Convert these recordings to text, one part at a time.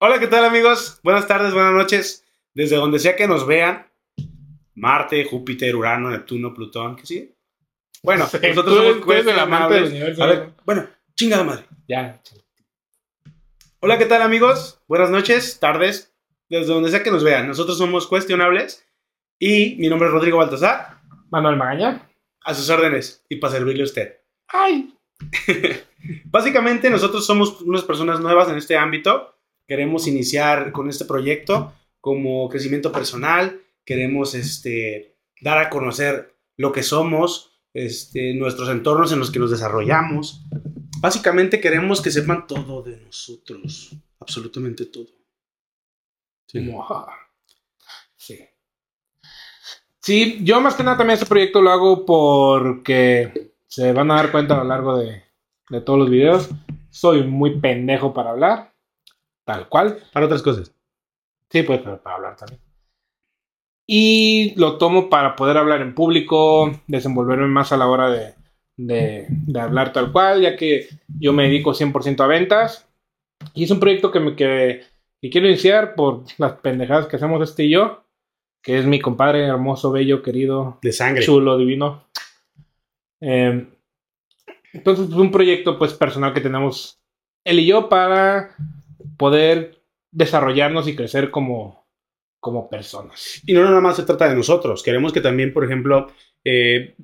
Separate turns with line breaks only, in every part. Hola, ¿qué tal amigos? Buenas tardes, buenas noches. Desde donde sea que nos vean, Marte, Júpiter, Urano, Neptuno, Plutón, ¿qué sigue? Bueno,
Sí,
nosotros
tú-
somos
tú eres el amante del
cuestionables.
universo,
A ver,
¿no?
bueno, chingada madre.
Ya.
Hola, ¿qué tal amigos? Buenas noches, tardes, desde donde sea que nos vean. Nosotros somos cuestionables y mi nombre es Rodrigo Baltasar,
Manuel Magaña.
a sus órdenes y para servirle a usted.
Ay.
Básicamente nosotros somos unas personas nuevas en este ámbito. Queremos iniciar con este proyecto como crecimiento personal. Queremos este, dar a conocer lo que somos, este, nuestros entornos en los que nos desarrollamos. Básicamente queremos que sepan todo de nosotros, absolutamente todo. Sí.
Mua. Sí. Sí, yo más que nada también este proyecto lo hago porque se van a dar cuenta a lo largo de, de todos los videos. Soy muy pendejo para hablar. Tal cual.
Para otras cosas.
Sí, pues pero para hablar también. Y lo tomo para poder hablar en público, desenvolverme más a la hora de, de- de hablar tal cual, ya que yo me dedico 100% a ventas. Y es un proyecto que, me, que, que quiero iniciar por las pendejadas que hacemos este y yo, que es mi compadre hermoso, bello, querido,
De sangre.
chulo, divino. Eh, entonces, es un proyecto pues personal que tenemos él y yo para poder desarrollarnos y crecer como, como personas.
Y no nada más se trata de nosotros. Queremos que también, por ejemplo, eh,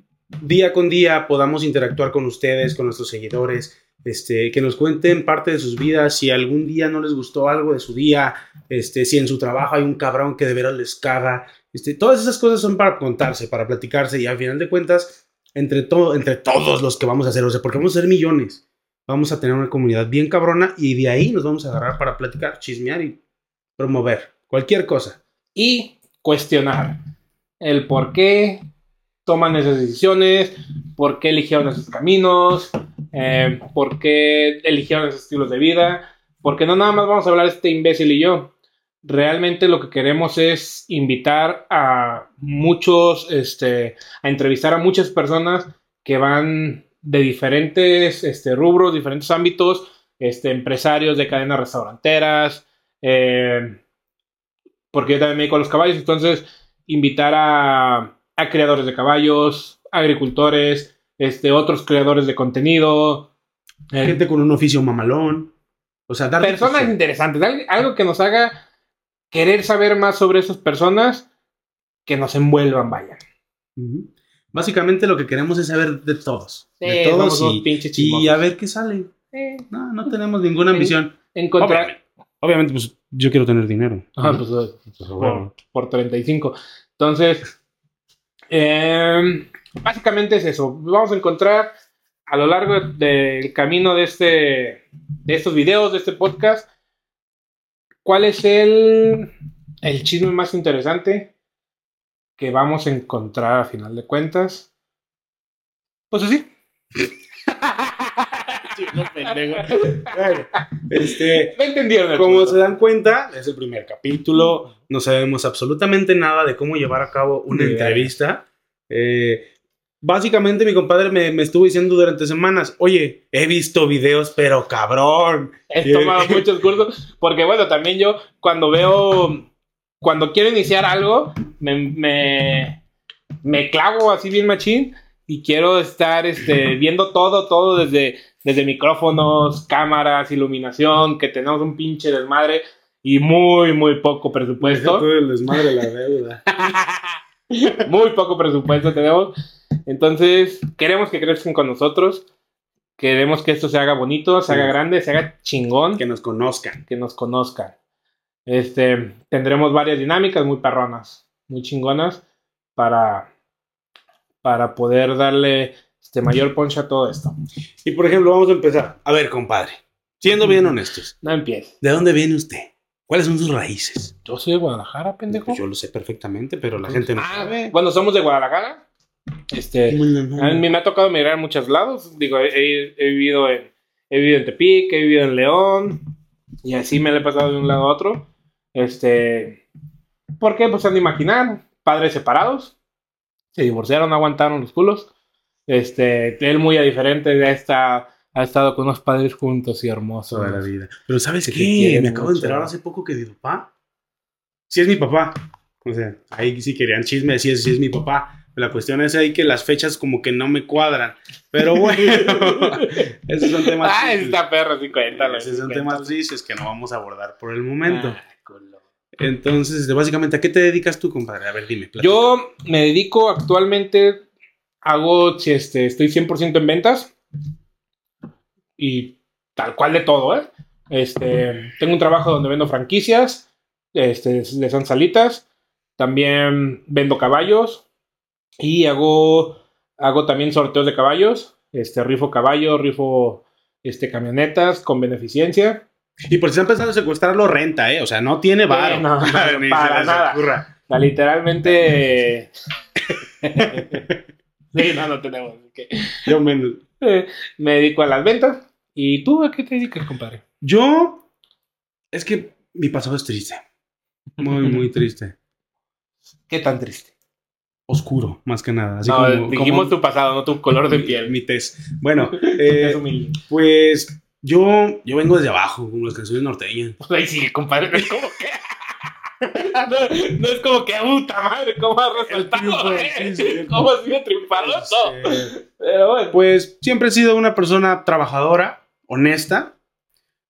día con día podamos interactuar con ustedes, con nuestros seguidores, este, que nos cuenten parte de sus vidas, si algún día no les gustó algo de su día, este, si en su trabajo hay un cabrón que de veras les caga. Este, todas esas cosas son para contarse, para platicarse y al final de cuentas, entre, todo, entre todos los que vamos a hacer, o sea, porque vamos a ser millones, vamos a tener una comunidad bien cabrona y de ahí nos vamos a agarrar para platicar, chismear y promover cualquier cosa.
Y cuestionar el por qué toman esas decisiones, por qué eligieron esos caminos, eh, por qué eligieron esos estilos de vida, porque no nada más vamos a hablar este imbécil y yo. Realmente lo que queremos es invitar a muchos, este, a entrevistar a muchas personas que van de diferentes este, rubros, diferentes ámbitos, este, empresarios de cadenas restauranteras, eh, porque yo también me dedico a los caballos, entonces invitar a, a creadores de caballos, agricultores, este, otros creadores de contenido, eh,
gente con un oficio mamalón. O sea, dar
personas interesantes, al- algo que nos haga querer saber más sobre esas personas que nos envuelvan, vaya.
Ujú. Básicamente lo que queremos es saber de todos. de
Eh, somos
todos
unos
y, y
pinches chismosos.
a ver qué sale.
Eh,
No, no tenemos ninguna
Sí.
ambición.
encontrar
Obviamente, pues yo quiero tener dinero.
Ah, pues, eh, por, por 35. Entonces, eh, básicamente es eso. Vamos a encontrar a lo largo del camino de este de estos videos, de este podcast, cuál es el, el chisme más interesante que vamos a encontrar a final de cuentas. Pues así.
Bueno, este,
¿Me entendieron? el
como
punto?
se dan cuenta, es el primer capítulo. No sabemos absolutamente nada de cómo llevar a cabo una
Ni idea.
entrevista. Eh, básicamente, mi compadre me, me estuvo diciendo durante semanas: Oye, he visto videos, pero cabrón.
He tomado muchos cursos. Porque bueno, también yo cuando veo, cuando quiero iniciar algo, me, me, me clavo así bien machín y quiero estar este, viendo todo, todo desde, desde micrófonos, cámaras, iluminación, que tenemos un pinche desmadre y muy, muy poco presupuesto.
Todo el desmadre de la deuda.
Muy poco presupuesto tenemos. Entonces, queremos que crezcan con nosotros. Queremos que esto se haga bonito, se haga
Sí.
grande, se haga chingón.
que nos conozcan.
que nos conozcan. Este, tendremos varias dinámicas muy perronas, muy chingonas, para, para poder darle este mayor poncha a todo esto.
Y por ejemplo, vamos a empezar. A ver, compadre, siendo bien honestos,
No empieces.
¿de dónde viene usted? ¿Cuáles son sus raíces?
Yo soy de Guadalajara, pendejo.
Pues yo lo sé perfectamente, pero la gente no
Ah,
sabe.
Bueno, somos de Guadalajara. Este, a mí me ha tocado migrar a muchos lados. Digo, he, he vivido en, he vivido en Tepic, he vivido en León. Y así me la he pasado de un lado a otro. Este, ¿Por qué? Pues han de imaginar. Padres separados. Se divorciaron, aguantaron los culos. Este, él muy diferente de esta ha estado con unos padres juntos y hermosos.
Toda la vida. Pero ¿sabes
Que te
qué?
quieren
Me acabo de
mucho.
enterar hace poco que mi papá. Sí es mi papá. O sea, ahí sí querían chisme, sí es, sí es mi papá. La cuestión es ahí que las fechas como que no me cuadran. Pero bueno, esos son temas.
Ah,
tristes.
está perro, 50. los
Esos son
50.
temas tristes que no vamos a abordar por el momento.
Ah, culo.
Entonces, este, básicamente, ¿a qué te dedicas tú, compadre? A ver, dime. platica.
Yo me dedico actualmente, hago, si este, estoy 100% en ventas y tal cual de todo, ¿eh? Este, tengo un trabajo donde vendo franquicias este, de Sansalitas, también vendo caballos y hago, hago también sorteos de caballos, este, rifo caballos, rifo este, camionetas con beneficencia.
Y por si están pensando en secuestrarlo, renta, ¿eh? O sea, no tiene varo.
Eh, no,
Ni se
para
les
nada.
ocurra.
O sea, literalmente... sí, no, no tenemos. que-
Yo menos.
Eh, me dedico a las ventas. ¿Y tú a qué te dedicas, compadre?
Yo. Es que mi pasado es triste. Muy, muy triste.
¿Qué tan triste?
Oscuro, más que nada. Así
no,
como,
dijimos
como
tu pasado, no tu color de piel.
Mi test. Bueno, eh,
Es humilde.
pues yo, yo vengo desde abajo, como las canciones norteñas.
Ay, sí, compadre, no es como que... No, no es como que, puta madre, cómo ha resaltado,
triunfo, sí,
eh?
sí.
cómo ha sido triunfado, no.
Este,
Pero bueno,
Pues siempre he sido una persona trabajadora, honesta,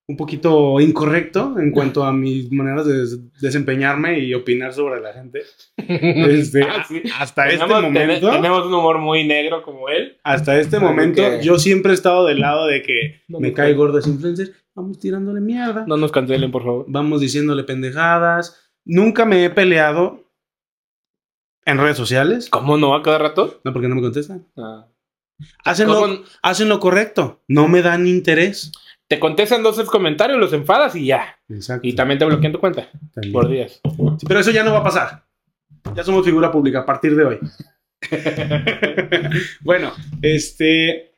un poquito incorrecto en cuanto a mis maneras de des- desempeñarme y opinar sobre la gente. Este,
Ah, sí.
Hasta este
tenemos, tene-
momento.
tenemos Ah, un humor muy negro como él.
Hasta este
Claro
momento,
que-
yo siempre he estado del lado de que
No
me
nos
cae
can-
gordo ese influencer, vamos tirándole mierda,
No nos cancelen, por favor.
vamos diciéndole pendejadas. Nunca me he peleado en redes sociales,
¿Cómo no? ¿A cada rato?
no porque no me contestan.
Ah.
Hacen
¿Cómo
lo, hacen lo correcto, no me dan interés.
Te contestan dos comentarios, los enfadas y ya.
Exacto.
Y también te bloquean tu cuenta por días.
Pero eso ya no va a pasar. Ya somos figura pública a partir de hoy. bueno, este.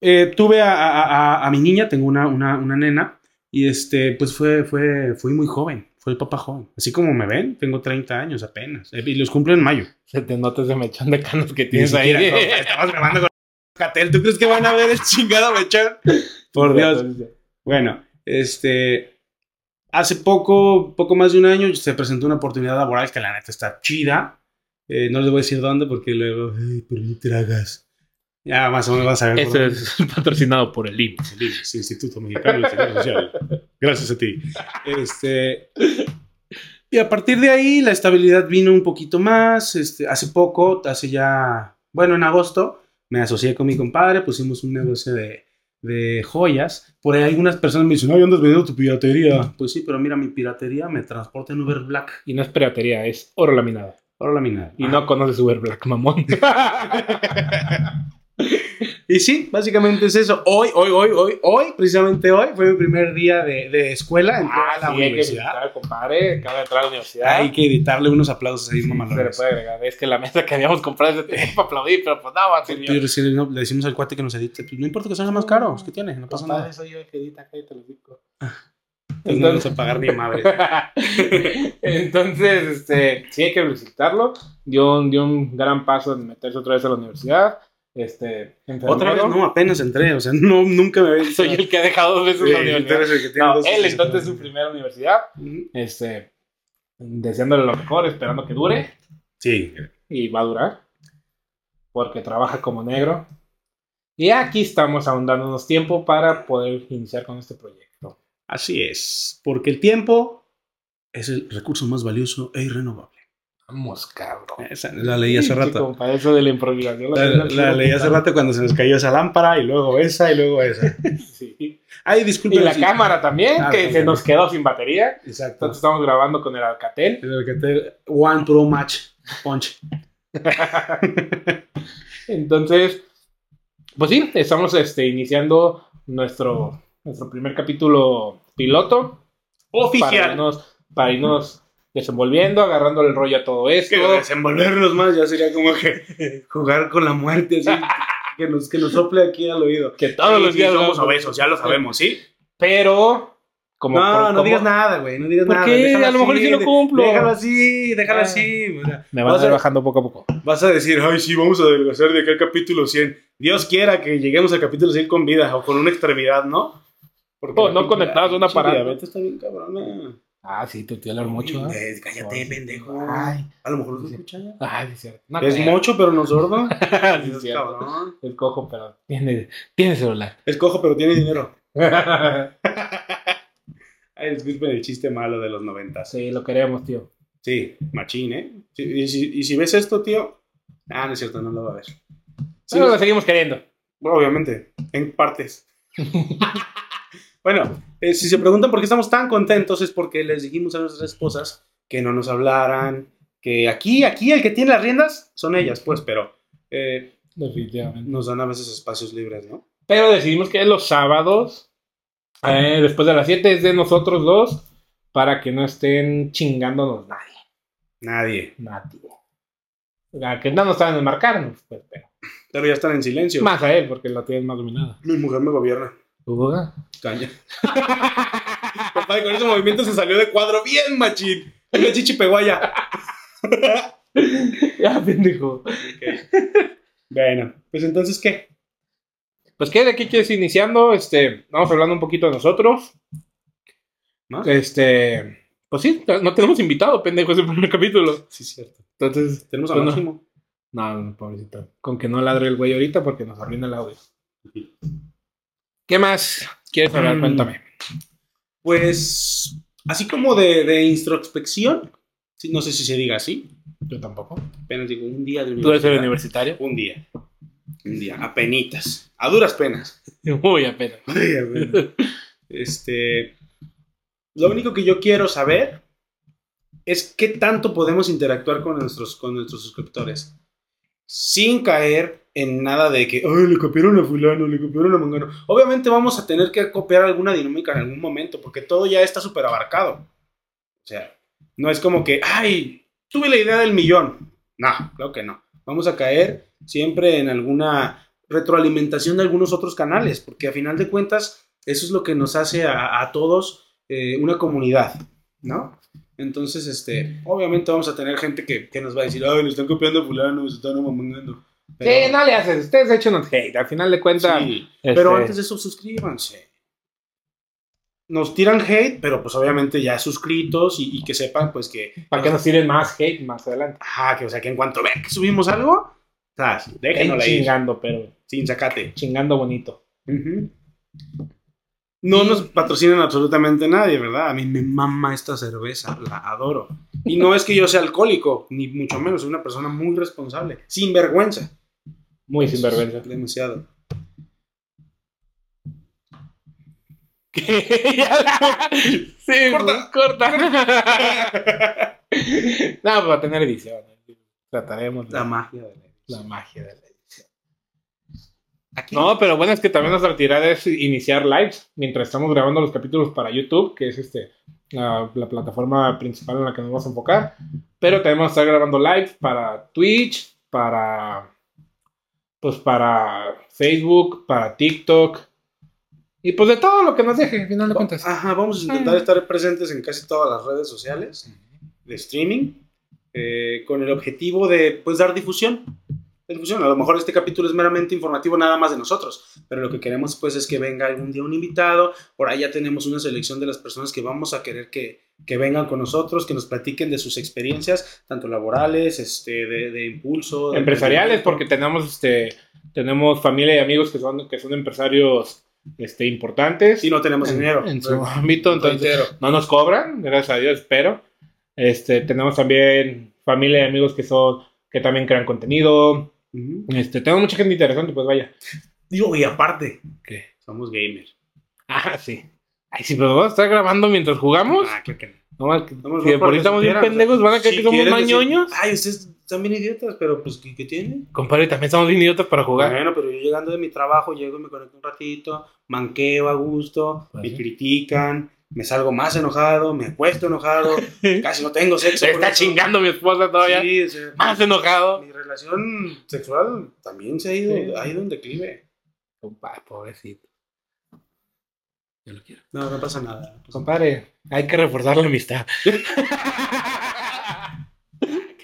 eh, tuve a, a- a- a mi niña, tengo una, una- una nena, y este, pues fue, fue, fui muy joven, fue el papá joven. Así como me ven, tengo 30 años apenas, eh, y los cumplo en mayo.
Se te nota ese mechón de canas que
Ni
tienes ahí. eh.
siquiera, no, estabas grabando con Catel, ¿tú crees que van a ver el chingado mechón? Por Dios. Bueno, este. Hace poco, poco más de un año, se presentó una oportunidad laboral que la neta está chida. Eh, no les voy a decir dónde porque luego. Ay, pero ni tragas. Ya más o menos vas a ver.
Esto es patrocinado por el IMSS.
El IMSS, Instituto Mexicano del Seguro Social. Gracias a ti. Este, y a partir de ahí la estabilidad vino un poquito más. Este, hace poco, hace ya, bueno, en agosto, me asocié con mi compadre, pusimos un negocio de, de joyas. Por ahí algunas personas me dicen, no, andas vendiendo tu piratería. Pues sí, pero mira, mi piratería me transporta en Uber Black.
Y no es piratería, es oro laminado.
Ahora la mina.
Y no conoces Uber Black, mamón.
Y sí, básicamente es eso. Hoy, hoy, hoy, hoy, hoy, precisamente hoy, fue mi primer día de, de escuela. Entré a la
Ah, sí, hay que
universidad.
visitar, compadre. Acaba de entrar a la universidad.
Hay que editarle unos aplausos ahí, mamá.
se le puede agregar. Es que la mesa que habíamos comprado ese tiempo para aplaudir, pero pues nada, no, señor.
Pero si no, le decimos al cuate que nos edite, pues, no importa que salga más caro, es que tiene, no pasa nada.
Compadre, soy yo el que edita acá y te lo digo.
Pues no vamos a pagar ni madre.
Entonces, este, sí hay que visitarlo. Dio un, dio un gran paso en meterse otra vez a la universidad. Este, enfermero.
Otra vez, no, apenas entré, o sea, no, nunca me había
Soy el que ha dejado dos veces
Sí,
la
tú
universidad.
eres el que tiene
No,
dos-
él entonces es su primera universidad.
Ujú.
Este, deseándole lo mejor, esperando que dure.
Sí,
Y va a durar. Porque trabaja como negro. Y aquí estamos ahondándonos tiempo para poder iniciar con este proyecto.
así es. Porque el tiempo es el recurso más valioso e irrenovable.
Vamos, cabrón.
Esa la leí hace
Sí,
rato.
compa, eso de la improvisación.
La,
tengo aquí
la leí hace
apuntada.
rato cuando se nos cayó esa lámpara y luego esa y luego esa.
Sí.
Ay,
Y
disculpen.
la
sí.
cámara también,
Ah,
que
la
se
cámara.
nos quedó sin batería.
Exacto.
Entonces estamos grabando con el Alcatel.
El que te- One Pro Match Punch.
Entonces, pues sí, estamos este, iniciando nuestro, nuestro primer capítulo piloto. Para irnos, para irnos desenvolviendo, agarrando el rollo a todo
Es que
esto.
desenvolvernos más ya sería como que jugar con la muerte, así. que, nos, que nos sople aquí al oído.
Que todos los
Sí,
días
somos
vamos-
obesos, ya lo sabemos, ¿sí?
Pero Como,
no,
por-
no
como-
digas nada, güey. No digas
¿Por
nada.
qué?
déjalo
A lo mejor
así,
sí lo
de-
cumplo.
Déjalo así, déjalo
Ah.
así. o sea,
Me van
vas
a ir
a-
bajando poco a poco.
vas a decir, ay, sí, vamos a adelgazar de aquel capítulo 100. Dios quiera que lleguemos al capítulo 100 con vida o con una extremidad, ¿no? Porque
No,
la
no
gente-
conectados a una
pinche
parada.
diabetes está bien cabrona.
Ah, sí, tu tío hablar mucho. ¿eh?
Ves, Cállate, pendejo.
Ay,
A lo mejor lo escucha ya.
ay, Ah, sí, es cierto. No
Es
creo.
mocho, pero no sordo.
Ah, Sí, es
es
cierto.
cabrón.
Es cojo, pero tiene, tiene celular.
Es cojo, pero tiene dinero.
sí,
Ay, disculpen el chiste malo de los noventas.
lo queremos, tío.
Sí, machín, ¿eh? Sí, y, si, y si ves esto, tío... Ah, no es cierto, no lo va a ver. Sí,
Pero
no-
lo seguimos queriendo.
Bueno, obviamente, en partes. bueno, eh, si se preguntan por qué estamos tan contentos es porque les dijimos a nuestras esposas que no nos hablaran, que aquí, aquí el que tiene las riendas son ellas, pues, pero eh,
Definitivamente.
nos dan a veces espacios libres, ¿no?
Pero decidimos que los sábados, eh, después de las 7, es de nosotros dos, para que no estén chingándonos nadie.
Nadie.
Nadie. La que no nos saben enmarcarnos, pues, pero.
Pero ya están en silencio.
Más a él, porque lo tienen más dominado.
Mi mujer me gobierna. Caña. Compadre, con ese movimiento se salió de cuadro bien machín. Una chichi peguaya.
ya, pendejo.
Ok. Bueno, pues entonces, ¿qué?
Pues qué, de aquí quieres ir iniciando, este, vamos hablando un poquito de nosotros.
¿Más?
Este, pues sí, no tenemos invitado, pendejo, es el primer capítulo.
Sí, cierto.
Entonces,
Tenemos a
Bueno.
Máximo.
no, no, pobrecito. Con que no ladre el güey ahorita porque nos arruina el audio. ¿Qué más quieres hablar?
Mm.
Cuéntame.
Pues, así como de, de introspección, sí, no sé si se diga así,
Yo tampoco.
apenas digo un día de
Tú eres el
universidad.
universitario.
Un día, un día, apenitas, a duras penas.
Muy apenas.
Ay, a ver. este, lo único que yo quiero saber es qué tanto podemos interactuar con nuestros, con nuestros suscriptores sin caer en nada de que, ay, le copiaron a fulano, le copiaron a mangano. Obviamente vamos a tener que copiar alguna dinámica en algún momento porque todo ya está súper abarcado. O sea, no es como que, ay, tuve la idea del millón. No, claro que no. Vamos a caer siempre en alguna retroalimentación de algunos otros canales, porque a final de cuentas eso es lo que nos hace a, a todos eh, una comunidad, ¿no? Entonces, este, obviamente vamos a tener gente que, que nos va a decir, ay, le están copiando a fulano, se están mamando.
Sí, no le haces. Ustedes echan un hate. Al final de cuentas. Este
pero antes de eso, suscríbanse. Nos tiran hate, pero pues obviamente ya suscritos y, y que sepan pues que,
Para que nos tiren más hate más adelante.
ajá, que o sea, que en cuanto vean que subimos algo, ¡zas! déjenosla ir,
Chingando, pero
sin sacate.
chingando bonito.
Ujú. No nos patrocinan absolutamente nadie, ¿verdad? A mí me mama esta cerveza, la adoro. Y no es que yo sea alcohólico, ni mucho menos, soy una persona muy responsable, sin vergüenza.
Muy sinvergüenza.
Demasiado.
Ya la- sí, pues,
Corta.
corta. corta. no, pues va a tener edición. Trataremos
La
la,
magia de la-
la magia de la edición.
Aquí.
No, pero bueno, es que también nuestra actividad es iniciar lives mientras estamos grabando los capítulos para YouTube, que es este la, la plataforma principal en la que nos vamos a enfocar. Pero también vamos a estar grabando lives para Twitch, para pues para Facebook, para TikTok. Y pues de todo lo que nos deje, al final de cuentas.
Ajá, vamos a intentar estar presentes en casi todas las redes sociales de streaming, eh, con el objetivo de pues dar difusión. Difusión. A lo mejor este capítulo es meramente informativo nada más de nosotros, pero lo que queremos pues es que venga algún día un invitado, por ahí ya tenemos una selección de las personas que vamos a querer que, que vengan con nosotros, que nos platiquen de sus experiencias, tanto laborales, este, de, de impulso. de
empresariales porque tenemos este tenemos familia y amigos que son que son empresarios este importantes
Y no tenemos dinero.
en su ámbito entonces
Reitero.
no nos cobran gracias a Dios pero este tenemos también familia y amigos que son que también crean contenido
Ujú.
este tenemos mucha gente interesante pues vaya
Digo, y aparte,
¿Qué?
somos gamers.
ah sí ay sí pero vamos a estar grabando mientras jugamos
Ah, claro que no.
no mal que-
Vamos,
si de
vamos
por ahí
a
estamos bien
resucitar,
pendejos van a creer
Si
que somos
quieren
más
decir, Ah.
ñoños
Ay, ustedes también idiotas, pero pues, ¿qué, qué tienen?
compadre también estamos bien idiotas para jugar
Bueno, pero yo llegando de mi trabajo, llego y me conecto un ratito, manqueo a gusto,
Pues
me
sí.
critican, me salgo más enojado, me acuesto enojado, casi no tengo sexo.
se
por
está
eso.
chingando mi esposa todavía
Sí, o sea,
más enojado
mi relación sexual también se ha ido,
Sí.
ha ido en declive.
Compa- pobrecito. Yo lo quiero.
No, no pasa nada.
Compadre, hay que reforzar la amistad.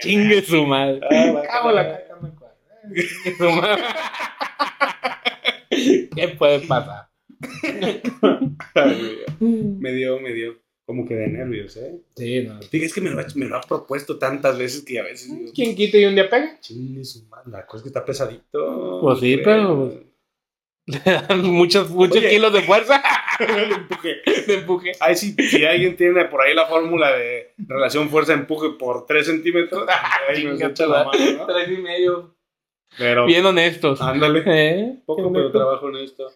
Chingue su madre.
Ah, va,
Cago en la caca, me cuadra. Eh, su madre. ¿Qué puede pasar?
Ay, me dio, me dio como que de nervios, ¿eh?
Sí, no.
Fíjate, es que me lo, ha- me lo ha propuesto tantas veces que a veces digo,
¿Quién quita y un día pega?
chingue su madre, la cosa es que está pesadito.
Pues sí,
güey.
pero- muchos muchos
Oye.
kilos de fuerza.
El empuje.
De empuje.
Ay, si, si alguien tiene por ahí la fórmula de relación fuerza-empuje por 3 centímetros, ahí nos
Chinga
echa
tu
la mano, ¿no?
Tres y medio. Ah.
Pero,
Bien honestos.
ándale,
¿Eh?
poco pero trabajo en esto.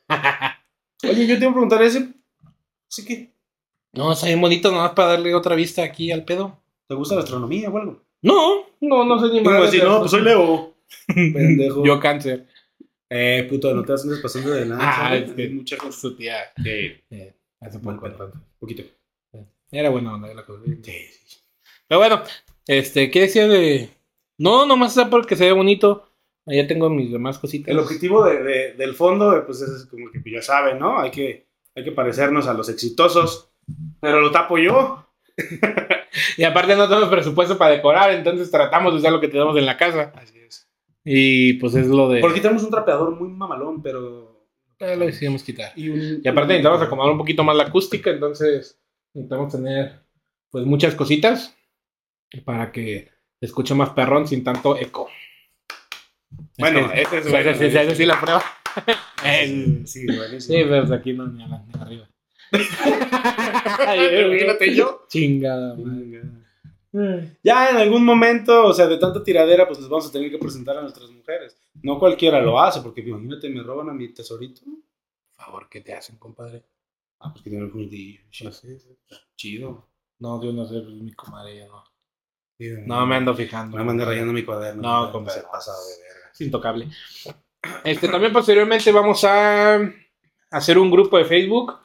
Oye, yo te iba a preguntar ese, ¿sí que
No, está bien bonito, nomás para darle otra vista aquí al pedo.
¿Te gusta la astronomía o algo?
No,
No, no sé ni
Como
madre
decir,
de
no,
eso.
pues soy Leo. Pendejo.
yo cáncer.
Eh, puto, no te andes pasando de nada.
Ah,
¿sabes?
es que-
mucha cosa.
Su tía.
Eh,
Hace
Bueno,
poco.
bueno, poquito.
Era buena onda la cosa. Pero bueno, este, ¿qué decía de.? No, nomás está porque se ve bonito. Allá tengo mis demás cositas.
El objetivo de- de- del fondo, eh, pues es como que ya saben, ¿no? Hay que, hay que parecernos a los exitosos. Pero lo tapo yo.
Y aparte no tenemos presupuesto para decorar, entonces tratamos de usar lo que tenemos en la casa.
Así es.
Y pues es lo de.
Porque tenemos un trapeador muy mamalón, pero.
Eh, lo decidimos quitar.
Y, un-
Y aparte necesitamos acomodar un poquito más la acústica, entonces necesitamos tener pues muchas cositas para que se escuche más perrón sin tanto eco.
Bueno,
Es
ese
que-
es.
o sea,
bueno,
esa sí- esa sí la prueba.
Sí, sí,
Sí,
buenísimo.
pero pues, aquí no, ni a la- ni arriba.
Imagínate yo.
Chingada,
Mm.
madre.
Ya en algún momento, o sea, de tanta tiradera, pues les vamos a tener que presentar a nuestras mujeres. No cualquiera lo hace, porque imagínate, me roban a mi tesorito.
Por favor, ¿qué te hacen, compadre?
Ah, pues que tiene algún día. Chido.
No, Dios no sé, pues, mi comadre ya no.
Chido.
No me ando fijando.
No me ande rayando mi cuaderno.
No,
No, como
compadre.
se pasa de verga.
Es intocable. Este, también posteriormente vamos a hacer un grupo de Facebook,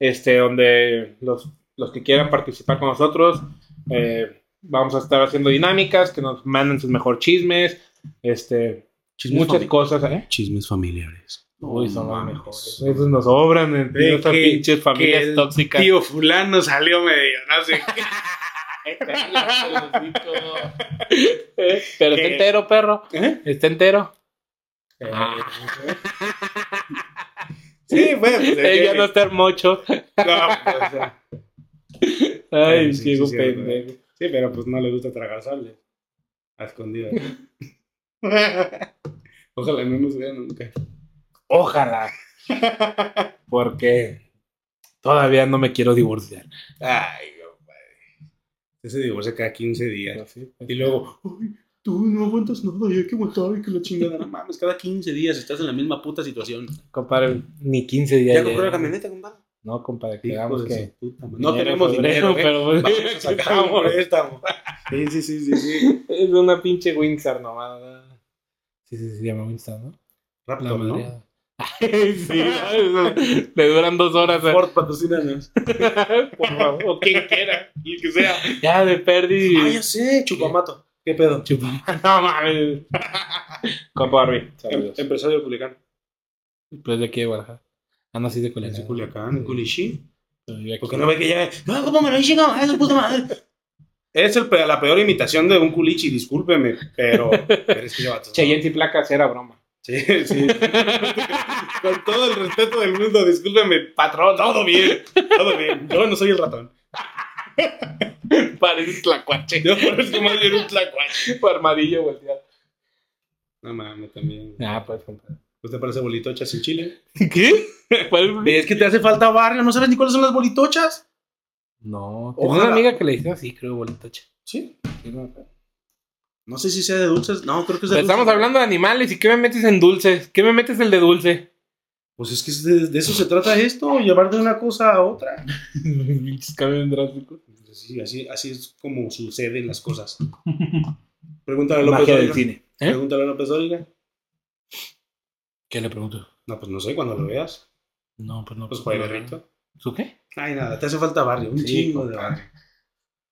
este, donde los, los que quieran participar con nosotros, eh, vamos a estar haciendo dinámicas, que nos manden sus mejor chismes, este, muchas cosas, ¿eh?
Chismes familiares.
Uy, son los mejores. Esos nos sobran en
De
esas
que-
pinches familias
que el
tóxicas.
Tío fulano salió medio, no sé qué.
Eh, Pero está
que-
entero, perro.
¿Eh?
Está entero.
Sí, bueno. pues, es
Eh, ya
que-
no está el mocho.
no, pues, o sea,
Ay,
Sí, sí,
chico
sí,
pendejo.
Sí, pero pues no le gusta tragar sable. A escondidas. Ojalá no nos vean nunca.
Ojalá. Porque todavía no me quiero divorciar. Ah,
Ay, compadre. Ese divorcio cada 15 días.
pues,
Y luego, "Ay, tú no aguantas nada y hay que aguantar y que la chingada. No mames, cada 15 días estás en la misma puta situación.
Compadre, ni 15 días. llegué.
compadre.
No, compadre,
Hijo
digamos
de su
que.
puta madre. No
Enero,
tenemos
febrero, ¿eh?
dinero, pero
pero
vamos a sacar un préstamo. Sí, sí, sí, sí, sí.
Es una pinche Windsor nomás. ¿no? Sí, sí, se llama Windsor, ¿no? La
Raptor, ¿no?
madreada. sí, ¿no? Eso, le duran dos horas. ¿eh?
Ford, patrocínanos.
Por favor, o quien quiera.
El que sea.
Ya de perdí.
Ah, ya sé, Em, chupamato. ¿Qué pedo?
Chupa- No mames. Compa Barbie,
Em-
saludos.
Empresario de Culiacán.
Pues de aquí de Guadalajara. Ah, no, sí, de Culiacán.
Es de Em, Culiacán, Culichi.
Pero yo aquí-
Porque no ve que ya. No, ¿cómo me lo dicen? No, es puta madre. Es el, pe- la peor imitación de un culichi, discúlpeme, pero, pero es que yo vato, ¿no?
Cheyenne y placas era broma.
Sí, sí. Con todo el respeto del mundo, discúlpeme, patrón, todo bien, todo bien. Yo no soy el ratón.
Pareces tlacuache.
Yo parezco más bien un tlacuache.
Tipo armadillo volteado.
No mames, también.
Ah, pues comprar.
¿Usted parece bolitochas en Chile?
¿Qué? ¿Cuál?
Es que te hace falta barrio, ¿no sabes ni cuáles son las bolitochas?
No. Tengo
Ojalá.
una amiga que le dice así, creo, bolitocha.
Sí.
Sí, no, pero-
No sé si sea de dulces, no, creo que es de
Pero estamos
dulces.
hablando de animales y ¿qué me metes en dulces? ¿Qué me metes el de dulce?
Pues es que es de, de eso se trata esto, llevar de una cosa a otra.
Pinches cambios drásticos.
Pues sí, así, así es como suceden las cosas. Pregúntale a López
Magia del
Dóriga.
cine. ¿Eh?
Pregúntale a López Dóriga.
¿Qué le pregunto?
No, pues no sé, cuando lo veas.
No, pues no.
Pues
pues,
fue
no.
rito.
¿Su qué?
Ay, nada, te hace falta barrio. Un
Sí,
chingo de
compadre.
barrio.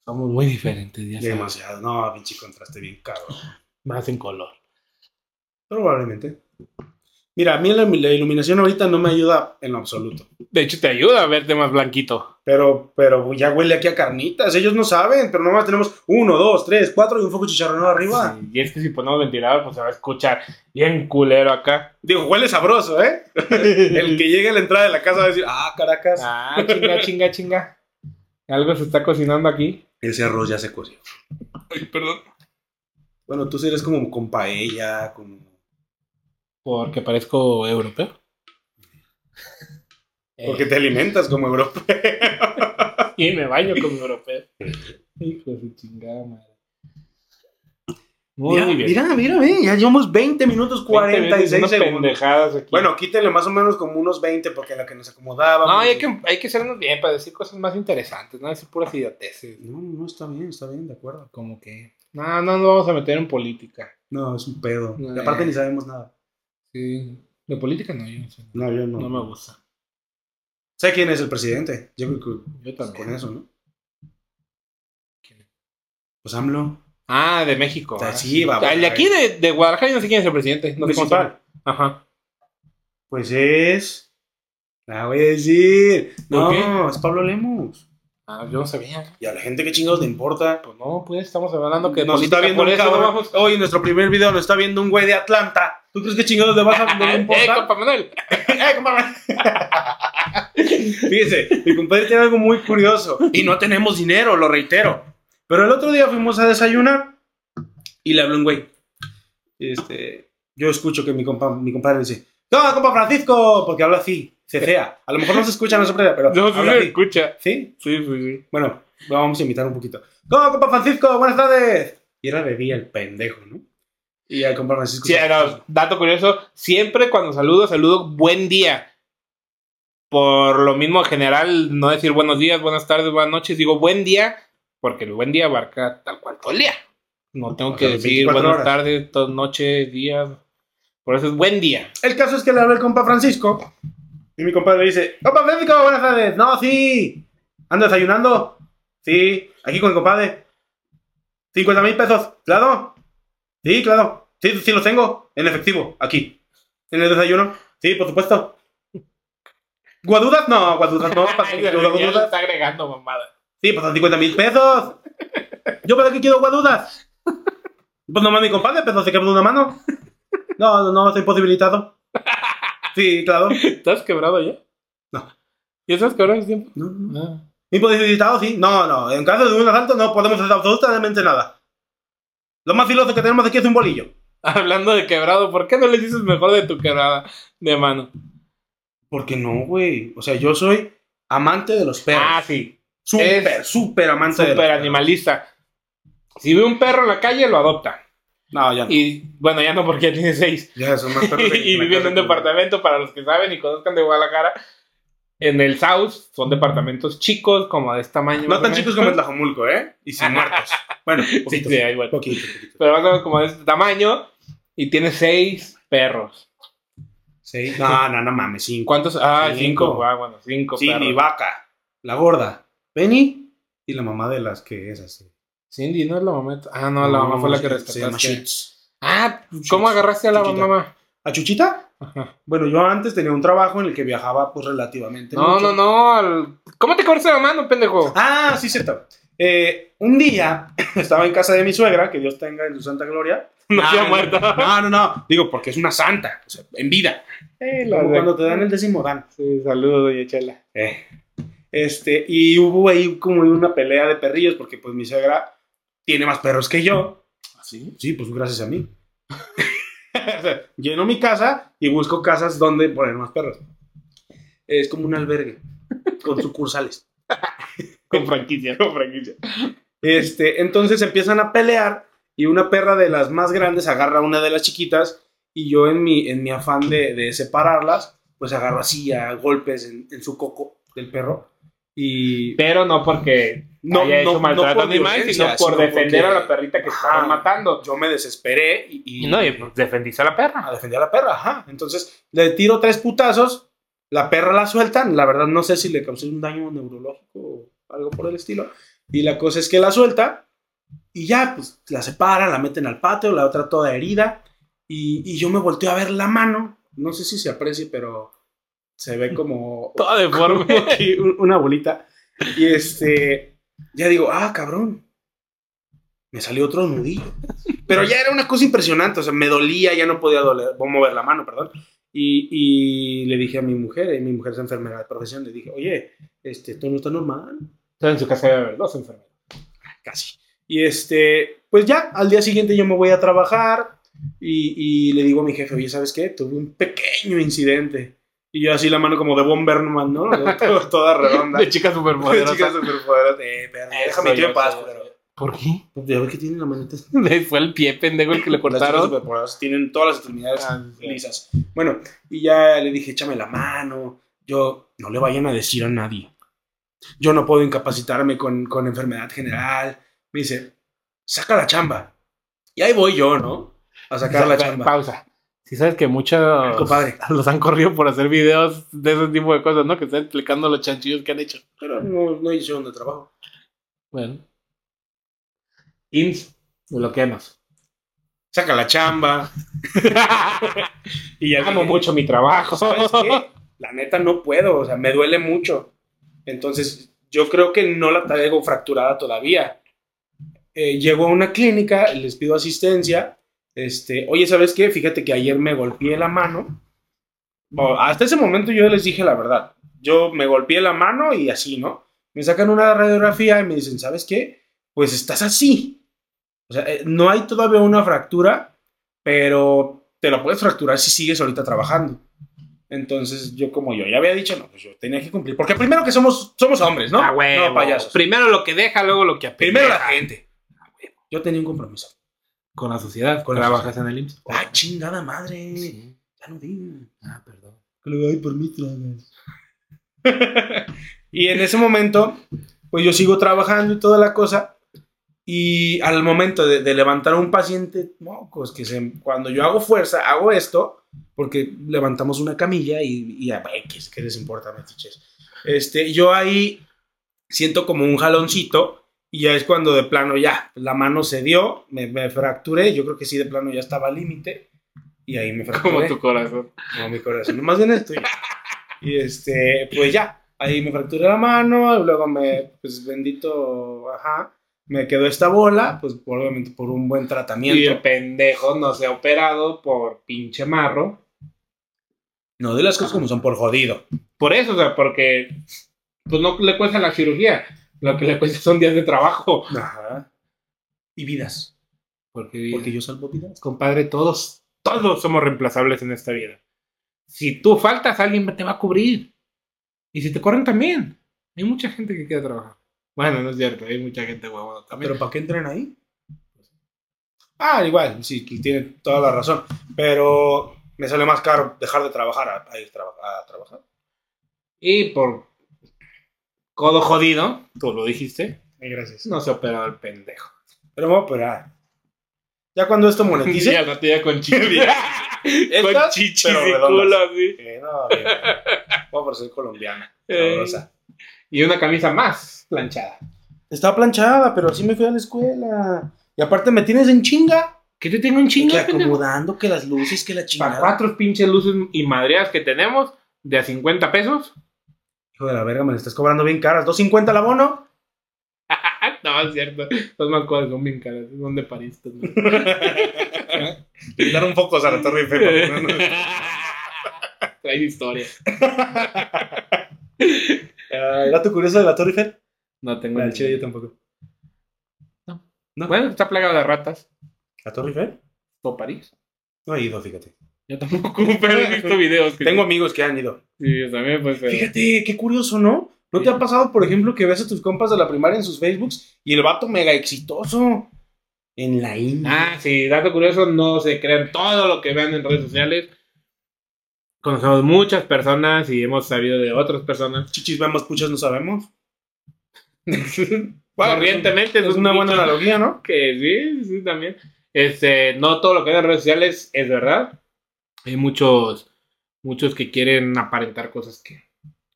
Somos muy diferentes, ya sabes.
Demasiado. No, pinche contraste bien cabrón.
Más en color.
Probablemente. Mira, a mí la, la iluminación ahorita no me ayuda en lo absoluto.
De hecho, te ayuda a verte más blanquito.
Pero, pero ya huele aquí a carnitas. Ellos no saben, pero nomás tenemos uno, dos, tres, cuatro y un foco chicharronado arriba.
Sí, y es que si ponemos ventilador, pues se va a escuchar bien culero acá.
Digo, huele sabroso, ¿eh? El que llegue a la entrada de la casa va a decir, ah, Caracas.
Ah, chinga, chinga, chinga. Algo se está cocinando aquí.
Ese arroz ya se coció.
Ay, perdón.
Bueno, tú sí eres como con paella, como...
Porque parezco europeo. Eh.
Porque te alimentas como europeo.
y me baño como europeo. Hijo de su chingada madre. Muy
Mira,
bien.
mira, mira, ve, ya llevamos 20 minutos 46
Veinte minutos de
segundos.
pendejadas aquí.
Bueno, quítale más o menos como unos 20 porque la que nos acomodaba.
no, hay que, hay que sernos bien para decir cosas más interesantes, no decir puras idioteces.
No, no, está bien, está bien, de acuerdo.
Como que. No, no nos vamos a meter en política.
No, es un pedo.
Eh.
Y aparte ni sabemos nada.
Sí. De política no, yo no sé.
No, yo
No me gusta.
¿Sé quién es el presidente? Yo creo que pues,
Yo también.
con eso, ¿no?
¿Quién?
Pues AMLO.
Ah, de México.
O sea,
ah,
sí, va,
El de aquí de, de Guadalajara, yo no sé quién es el presidente. No sé cómo se llama.
Municipal.
Ajá.
Pues es. La voy a decir. No,
¿Por
es Pablo Lemos.
Ah, yo no sabía.
Y a la gente que chingados le importa.
Pues no, pues estamos hablando que de
nos
política,
está viendo
por
un
eso no
cabrón.
vamos-
Hoy en nuestro primer video nos está viendo un güey de Atlanta. ¿Tú crees que chingados le vas a no le
Eh,
importa?
compa Manuel.
Eh, compadre. Fíjese, mi compadre tiene algo muy curioso. Y no tenemos dinero, lo reitero. Pero el otro día fuimos a desayunar y le habló un güey. Este, yo escucho que mi, compa, mi compadre me dice, ¡No, compa Francisco! Porque habla así, cecea. A lo mejor no se escucha, no se prende, pero
No, sí
habla
se
así.
escucha.
¿Sí?
Sí, sí, sí.
Bueno, lo vamos a imitar un poquito. ¡No, compa Francisco! ¡Buenas tardes! Y era de día el pendejo, ¿no? Y al compa Francisco.
Sí, no, dato curioso, siempre cuando saludo, saludo buen día. Por lo mismo, en general, no decir buenos días, buenas tardes, buenas noches, digo buen día, porque el buen día abarca tal cual todo el día. No tengo
O
que
sea,
decir
24
buenas
horas.
tardes, to- noches, días. Por eso es buen día.
El caso es que le habla el compa Francisco. Y mi compadre le dice: ¡Compa Francisco! ¡Buenas tardes! ¡No, sí! ¿Ando desayunando? Sí, aquí con el compadre. ¿50 mil pesos? ¿Claro? Sí, claro. Sí, sí, los tengo. En efectivo, aquí. ¿En el desayuno? Sí, por supuesto. ¿Guadudas? No, guadudas no.
Ay,
Francisco,
ya le
guadudas.
está agregando mamada.
Sí, pues son 50 mil pesos. ¿Yo para qué quiero guadudas? Pues nomás mi compadre, pero se quebró una mano. No, no, no, estoy posibilitado. Sí, claro.
¿Estás quebrado ya?
No.
¿Ya estás quebrado hace tiempo?
No, no.
Ah.
Imposibilitado, sí. No, no, en caso de un asalto no podemos hacer absolutamente nada. Lo más filoso que tenemos aquí es un bolillo.
Hablando de quebrado, ¿por qué no le dices mejor de tu quebrada de mano?
¿Por qué no, güey? O sea, yo soy amante de los perros.
ah, sí.
súper,
es
súper amante de los
Súper
perros.
animalista. Si ve un perro en la calle, lo adopta.
No, ya no.
Y bueno, ya no porque ya tiene seis.
Ya son más perros que-
y
que la
vive en un
casa.
departamento, para los que saben y conozcan de Guadalajara. En el South son departamentos chicos, como de este tamaño.
No
más o
tan
menos.
chicos como en Tlajomulco, ¿eh? Y sin muertos. Bueno,
Sí,
poquitos,
sí, ahí, bueno.
poquito, poquito.
Pero más o menos como de este tamaño. Y tiene seis perros.
Sí. No, no, no mames, cinco.
¿Cuántos? Ah,
Cinco.
cinco. Ah, bueno, cinco
Cindy,
perros.
vaca, la gorda, Penny y la mamá de las que es así.
Cindy, ¿no es la mamá? Ah, no, la mamá fue la que
Se llama
rescataste.
Shits.
Ah, ¿cómo agarraste a la
Chiquita.
mamá?
¿A Chuchita?
Ajá.
Bueno, yo antes tenía un trabajo en el que viajaba pues relativamente
No,
mucho.
no, no. al- ¿Cómo te cobraste la mano, pendejo?
Ah, sí, cierto. Eh, un día estaba en casa de mi suegra, que Dios tenga en su santa gloria.
No se ha muerto.
Ah, No, no, no. Digo, porque es una santa, o sea, en vida.
Eh, la
Como
de-
cuando te dan el décimo dan.
Sí, saludos, doña Chela.
Eh. Este, y hubo ahí como una pelea de perrillos, porque pues mi suegra tiene más perros que yo.
¿Así?
Sí, pues gracias a mí. O sea, lleno mi casa y busco casas donde poner más perros. Es como un albergue con sucursales.
Con franquicia, con franquicia.
Este, entonces empiezan a pelear y una perra de las más grandes agarra a una de las chiquitas y yo en mi, en mi afán de, de separarlas, pues agarro así a golpes en, en su coco del perro y
Pero no porque
No,
no,
no,
haya hecho
no
maltrato
por
animal, sino
violencia,
por
sino
defender
porque-
a la perrita que
Ajá.
estaban matando.
yo me desesperé y, y-
Y no, y pues, defendiste a la perra.
a defender a la perra, ajá. Entonces le tiro tres putazos, la perra la sueltan, la verdad no sé si le causé un daño neurológico o algo por el estilo. Y la cosa es que la suelta y ya, pues la separan, la meten al patio, la otra toda herida. Y, y yo me volteo a ver la mano no sé si se aprecie, pero se ve como
Todo deforme.
aquí un- una bolita. Y este, ya digo, ah, cabrón, me salió otro nudillo. Pero ya era una cosa impresionante, o sea, me dolía, ya no podía doler, mover la mano, perdón. Y, y le dije a mi mujer, y mi mujer es enfermera de profesión, le dije, oye, este, esto no está normal,
Entonces en su casa debe haber dos enfermeros.
casi. Y este, pues ya, al día siguiente yo me voy a trabajar y, y le digo a mi jefe, oye, ¿sabes qué? Tuve un pequeño incidente. Y yo así la mano como de Bomberman, ¿no? Toda- Toda redonda.
De chicas
Una
superpoderosas.
chica superpoderosa. Eh, perro, déjame
yo
yo en paz,
sé.
culero.
¿Por qué?
Ya ves que tienen la manita.
Fue el pie pendejo el que le
Las chicas
cortaron.
superpoderosas tienen todas las extremidades
Ah, sí.
lisas. Bueno, y ya le dije, échame la mano. Yo, no le vayan a decir a nadie. Yo no puedo incapacitarme con, con enfermedad general. Me dice, saca la chamba. Y ahí voy yo, ¿no? A sacar la chamba.
Pausa. Si sabes que muchos
Compadre.
los han corrido por hacer videos de ese tipo de cosas, ¿no? Que están explicando los chanchillos que han hecho.
Pero no, no hicieron de trabajo.
Bueno. IMSS, bloqueanos.
Saca la chamba. y ya
Amo
dije,
mucho mi trabajo.
¿sabes qué? La neta no puedo, o sea, me duele mucho. Entonces, yo creo que no la traigo fracturada todavía. Eh, llego a una clínica, les pido asistencia. Este, oye, ¿sabes qué? Fíjate que ayer me golpeé la mano. Bueno, hasta ese momento yo les dije la verdad. Yo me golpeé la mano y así, ¿no? Me sacan una radiografía y me dicen, ¿sabes qué? Pues estás así. O sea, eh, no hay todavía una fractura, pero te la puedes fracturar si sigues ahorita trabajando. Entonces, yo como yo ya había dicho, no, pues yo tenía que cumplir. Porque primero que somos, somos hombres, ¿no?
Ah, huevo.
no, payasos.
Primero lo que deja, luego lo que apendeja.
Primero la gente. Yo tenía un compromiso.
Con la sociedad.
Con la
¿Trabajas en el IMSS?
Ah, chingada madre.
Sí.
Ya no digo.
Ah, perdón.
Y en ese momento, pues yo sigo trabajando y toda la cosa. Y al momento de, de levantar a un paciente, mocos, que se, cuando yo hago fuerza, hago esto, porque levantamos una camilla y, y a X, ¿qué les importa, metiches? Este, yo ahí siento como un jaloncito y ya es cuando de plano ya, la mano se dio, me, me fracturé, yo creo que sí, de plano ya estaba al límite y ahí me fracturé.
Como tu corazón.
No, mi corazón. Más bien es tuyo. Y este, pues ya. Ahí me fracturé la mano, luego me, pues bendito, ajá, me quedó esta bola, pues obviamente por un buen
Y el
tratamiento.
pendejo no se ha operado por pinche marro.
No, de las cosas como son, por jodido.
Por eso, o sea, porque pues no le cuesta la cirugía. Lo que le cuesta son días de trabajo.
Ajá. Y vidas,
Porque,
porque yo salvo vidas.
compadre, todos, todos somos reemplazables en esta vida. Si tú faltas, alguien te va a cubrir. Y si te corren también. Hay mucha gente que quiere trabajar. Bueno, no es cierto, hay mucha gente huevona también.
¿Pero para qué entran ahí? Ah, igual, sí, que tiene toda la razón. Pero me sale más caro dejar de trabajar a, a ir traba- a trabajar.
Y por codo jodido, tú lo dijiste,
gracias.
no se ha operado el pendejo.
Pero me voy a operar. Ya cuando esto monetice.
Y al rato ya con chichis. con
Estas,
chichis
pero
y
redondas.
culo así.
Eh, no, bien. Voy por ser colombiana.
Eh.
sabrosa.
Y una camisa más planchada.
Estaba planchada, pero así me fui a la escuela. Y aparte me tienes en chinga.
Que te tengo un
Que
chingo, pendejo.
acomodando, que las luces, que la
Para
chingada.
cuatro pinches luces y madreadas que tenemos, de a 50 pesos.
Hijo de la verga, me la estás cobrando bien caras. ¿250 el abono?
no, es cierto. Los más cuadros son bien caras. Son de París. estos, ¿no?
Dar un poco a la Torre
Trae historia.
¿Dato curioso de la Torre Eiffel?
No tengo
La
ni
del Chile yo
idea.
tampoco. no.
Bueno, está plagado de ratas.
¿La Torre Eiffel?
¿O París?
No he ido, fíjate.
Yo tampoco, pero he visto videos. que-
Tengo amigos que han ido.
Sí, yo también, pues. pero-
Fíjate, qué curioso, ¿no? ¿No te ha pasado, por ejemplo, que ves a tus compas de la primaria en sus Facebooks y el vato mega exitoso en la India?
Ah, sí, dato curioso, no se crean todo lo que vean en redes sociales. Conocemos muchas personas y hemos sabido de otras personas.
Chichis vemos, puchas no sabemos.
Corrientemente
es una buena analogía, ¿no?
que sí, sí, también. Este, no todo lo que ven en redes sociales es verdad. Hay muchos, muchos que quieren aparentar cosas que,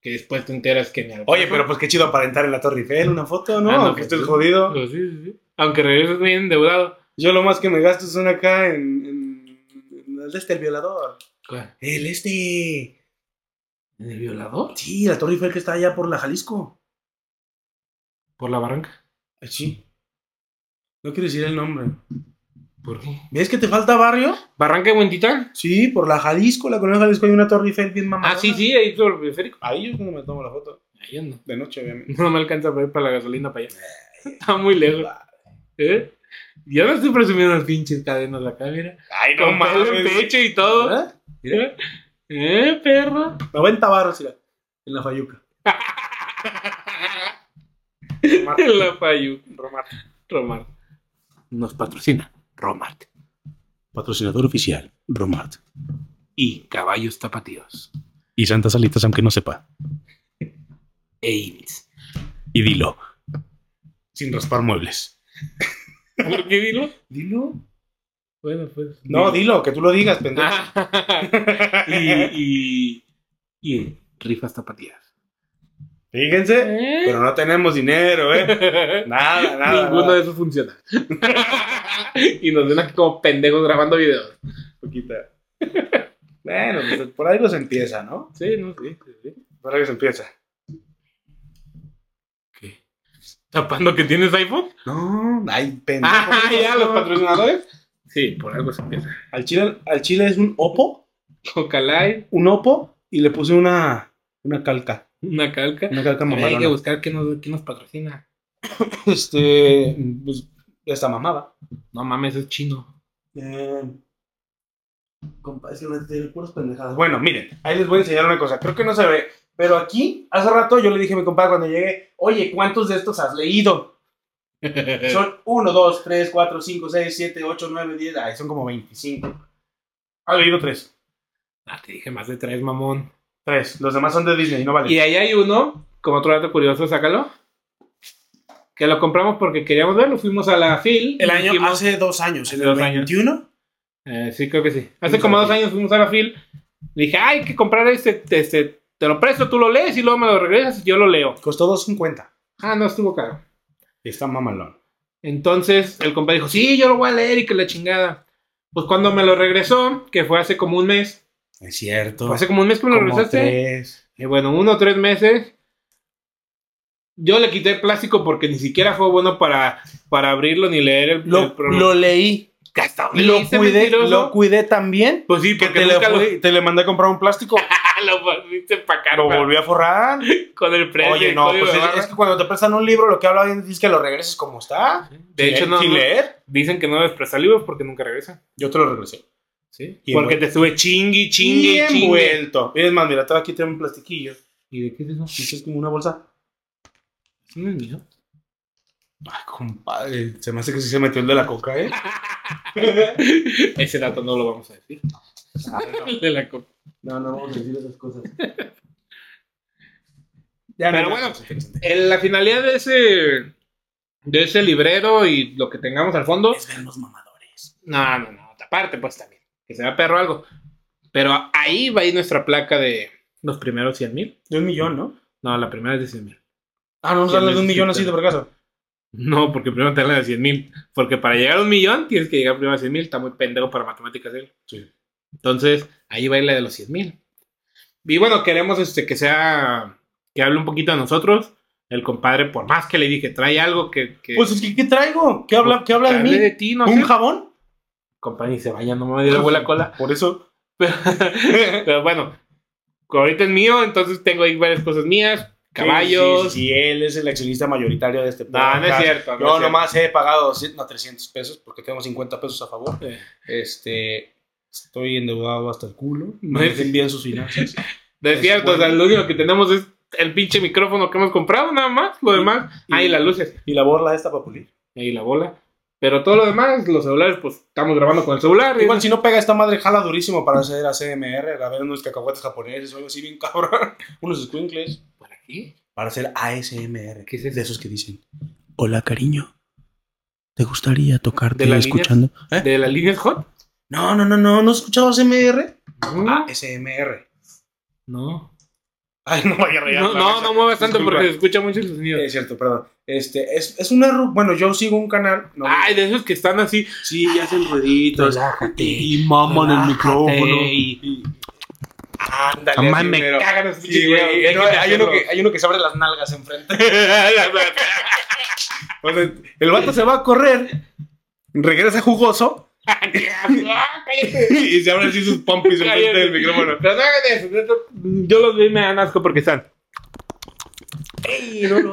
que después te enteras que ni al
Oye,
caso.
pero pues qué chido aparentar en la Torre Eiffel una foto, ¿no?
Ah, no,
Aunque
pues
estés
sí.
jodido.
Pero sí, sí, sí. Aunque regreses bien endeudado.
Yo lo más que me gasto son acá en... en, en- en el de este, el violador. El este.
¿El violador?
Sí, la Torre Eiffel que está allá por la Jalisco.
¿Por la barranca?
Ah, Sí. No quiero decir el nombre.
¿Por qué?
¿Ves que te falta barrio?
¿Barranca de Huentitán?
Sí, por la Jalisco, la colonia Jalisco hay una Torre Eiffel bien mamada.
Ah, sí, sí, ahí por el periférico.
Ahí es donde me tomo la foto.
Ahí ando.
De noche, obviamente.
No me alcanza para ir para la gasolina para allá. Está muy lejos. ¿Eh? Yo no estoy presumiendo las pinches cadenas acá, mira.
Ay,
Con más el pecho y todo.
¿Verdad?
Mira. ¿Eh, perro?
90 barros, mira, en la Fayuca.
La Fayu. Romart. Romart. Nos patrocina Romart.
Patrocinador oficial, Romart.
Y caballos tapatíos.
Y Santas Alitas, aunque no sepa.
Aims.
Y dilo. Sin raspar muebles.
¿Por qué dilo?
¿Dilo?
Bueno, pues.
No, dilo, que tú lo digas, pendejo.
Ah, y, y, y rifas tapatías.
Fíjense. Pero no tenemos dinero, ¿eh? Nada, nada.
Ninguno
nada.
de esos funciona. y nos ven aquí como pendejos grabando videos.
Poquita. Bueno, pues por algo se empieza, ¿no?
Sí, no, sí, sí, sí.
Por algo se empieza.
¿Qué? ¿Tapando que tienes iPhone?
No, ay, pendejo.
Ah, ya, los patrocinadores. Sí, por algo se empieza.
Al chile, al chile es un opo,
Cocalay,
un opo, y le puse una, una calca.
una calca.
Una calca
A ver, Hay que
mamalona.
buscar quién nos, quién nos patrocina.
Este, pues, esta mamada.
No mames, es chino.
Eh, compa, es que no tiene puras pendejadas. Bueno, miren, ahí les voy a enseñar una cosa. Creo que no se ve, pero aquí, hace rato yo le dije a mi compadre cuando llegué, oye, ¿cuántos de estos has leído? Son 1, 2, 3, 4, 5, 6, 7, 8, 9, 10. Ay, son como 25. Ha leído 3.
ah, te dije más de tres, mamón.
3. Los demás son de Disney, no vale.
Y ahí hay uno, como otro dato curioso, sácalo. Que lo compramos porque queríamos verlo. Fuimos a la FIL. y
el año,
dijimos-
hace dos años, en
Hace
el
dos años.
21.
Eh, sí, creo que sí.
Fuimos
Hace como
a la
dos años fuimos a la FIL. Dije, "Ah, hay que comprar este, este. Te lo presto, tú lo lees y luego me lo regresas y yo lo leo.
Costó 2.50.
Ah, no, estuvo caro.
Está mamalón.
Entonces el compa dijo, sí, yo lo voy a leer y que la chingada. Pues cuando me lo regresó, que fue hace como un mes,
Es cierto.
fue hace como un mes que me lo
Como
regresaste,
tres.
eh, bueno, uno o tres meses, yo le quité el plástico porque ni siquiera fue bueno para, para abrirlo ni leer el,
Lo,
el pro-
lo leí.
Hasta ahorita,
Lo
ese
cuidé,
mentiroso.
lo cuidé también.
Pues sí,
Que
porque
te, le
nunca lo, Ah,
fui- te le mandé a comprar un plástico.
lo volviste pa' acá,
lo
pa-
volví a forrar.
con el precio.
Oye,
el
no,
código
pues
de
es,
barra.
es que cuando te prestan un libro, lo que habla bien es que lo regreses como está.
de hecho,
Sin-
no,
sin
no-
leer.
dicen que no debes prestar libros porque nunca regresan.
Yo te lo regresé.
¿sí?
Y
Porque
envuelto.
te sube chingui, chingui,
Bien
chingui.
envuelto. Y es más, mira, todo aquí tengo un plastiquillo.
¿Y de qué es eso?
Esto es como una bolsa.
¿Eso no es mío?
Ay, compadre, se me hace que sí se metió el de la coca, ¿eh?
Ese dato no lo vamos a decir. De la copa.
No, no vamos a decir esas cosas.
Pero bueno, el- la finalidad de ese, de ese librero y lo que tengamos al fondo.
es ver los mamadores.
No, no, no. Aparte, pues también. Que sea perro algo. Pero ahí va a ir nuestra placa de los primeros 100 mil.
De un millón, ¿no?
No, la primera es de 100 mil.
Ah, no, vamos a hablar de un millón así de vergaso.
No, porque primero te dan la de 100 mil. Porque para llegar a un millón tienes que llegar primero a 100 mil. Está muy pendejo para matemáticas él.
Sí.
Entonces, ahí va a ir la de los 100 mil. Y bueno, queremos este, que sea, que hable un poquito a nosotros. El compadre, por más que le dije, trae algo que... que
Pues es que, ¿qué traigo? ¿Qué
Pues,
habla, qué habla de
hable
mí?
de ti, no
¿Un
sé.
jabón?
Compadre, ni se vaya, no me dio la buena cola.
Por eso.
Pero, pero bueno, ahorita es mío, entonces tengo ahí varias cosas mías. Caballos. Ah,
Sí, sí, sí, él es el accionista mayoritario de este
No, no es cierto. no es
Yo
cierto.
nomás he pagado 100, no, 300 pesos porque tengo 50 pesos a favor.
Eh,
Este, estoy endeudado hasta el culo.
No
No
es-
bien sus finanzas.
No es
Es
cierto,
bueno.
o sea, lo único que tenemos es el pinche micrófono que hemos comprado, nada más. Lo demás,
y-
ahí las luces.
Y la borla esta para pulir.
Ahí la bola. Pero todo lo demás, los celulares, pues estamos grabando con el celular.
Igual si no pega esta madre, jala durísimo para hacer a CMR, a ver unos cacahuates japoneses o algo así bien cabrón. Unos squinkles.
¿Por aquí?
Para hacer ASMR.
¿Qué es eso?
De esos que dicen, hola cariño, ¿te gustaría tocarte
¿De las
escuchando? ¿Eh?
¿De las líneas hot? Ah.
No, no, no, no, ¿no has escuchado ASMR?
Mm. No.
ASMR.
no.
Ay, no vaya a reír.
No, no, no muevas tanto porque se escucha mucho el sonido.
Es cierto, perdón. Este, es, es una... ru- Bueno, yo sigo un canal... no,
Ay, de esos que están así.
Sí, y hacen ruiditos.
Relájate.
Y maman el micrófono.
Ándale.
Mamá,
sí,
me
pero-
cagan los
Sí,
pinches
güey,
videos,
hay uno-
déjenme
hay, uno
hacerlo.
que, hay uno que se abre las nalgas enfrente. O sea, el vato se va a correr, regresa jugoso
Ah,
y se abren así sus pompis enfrente del micrófono.
Pero no hagan eso, neta, Yo los vi y me dan asco porque están.
Ey, no, no, no,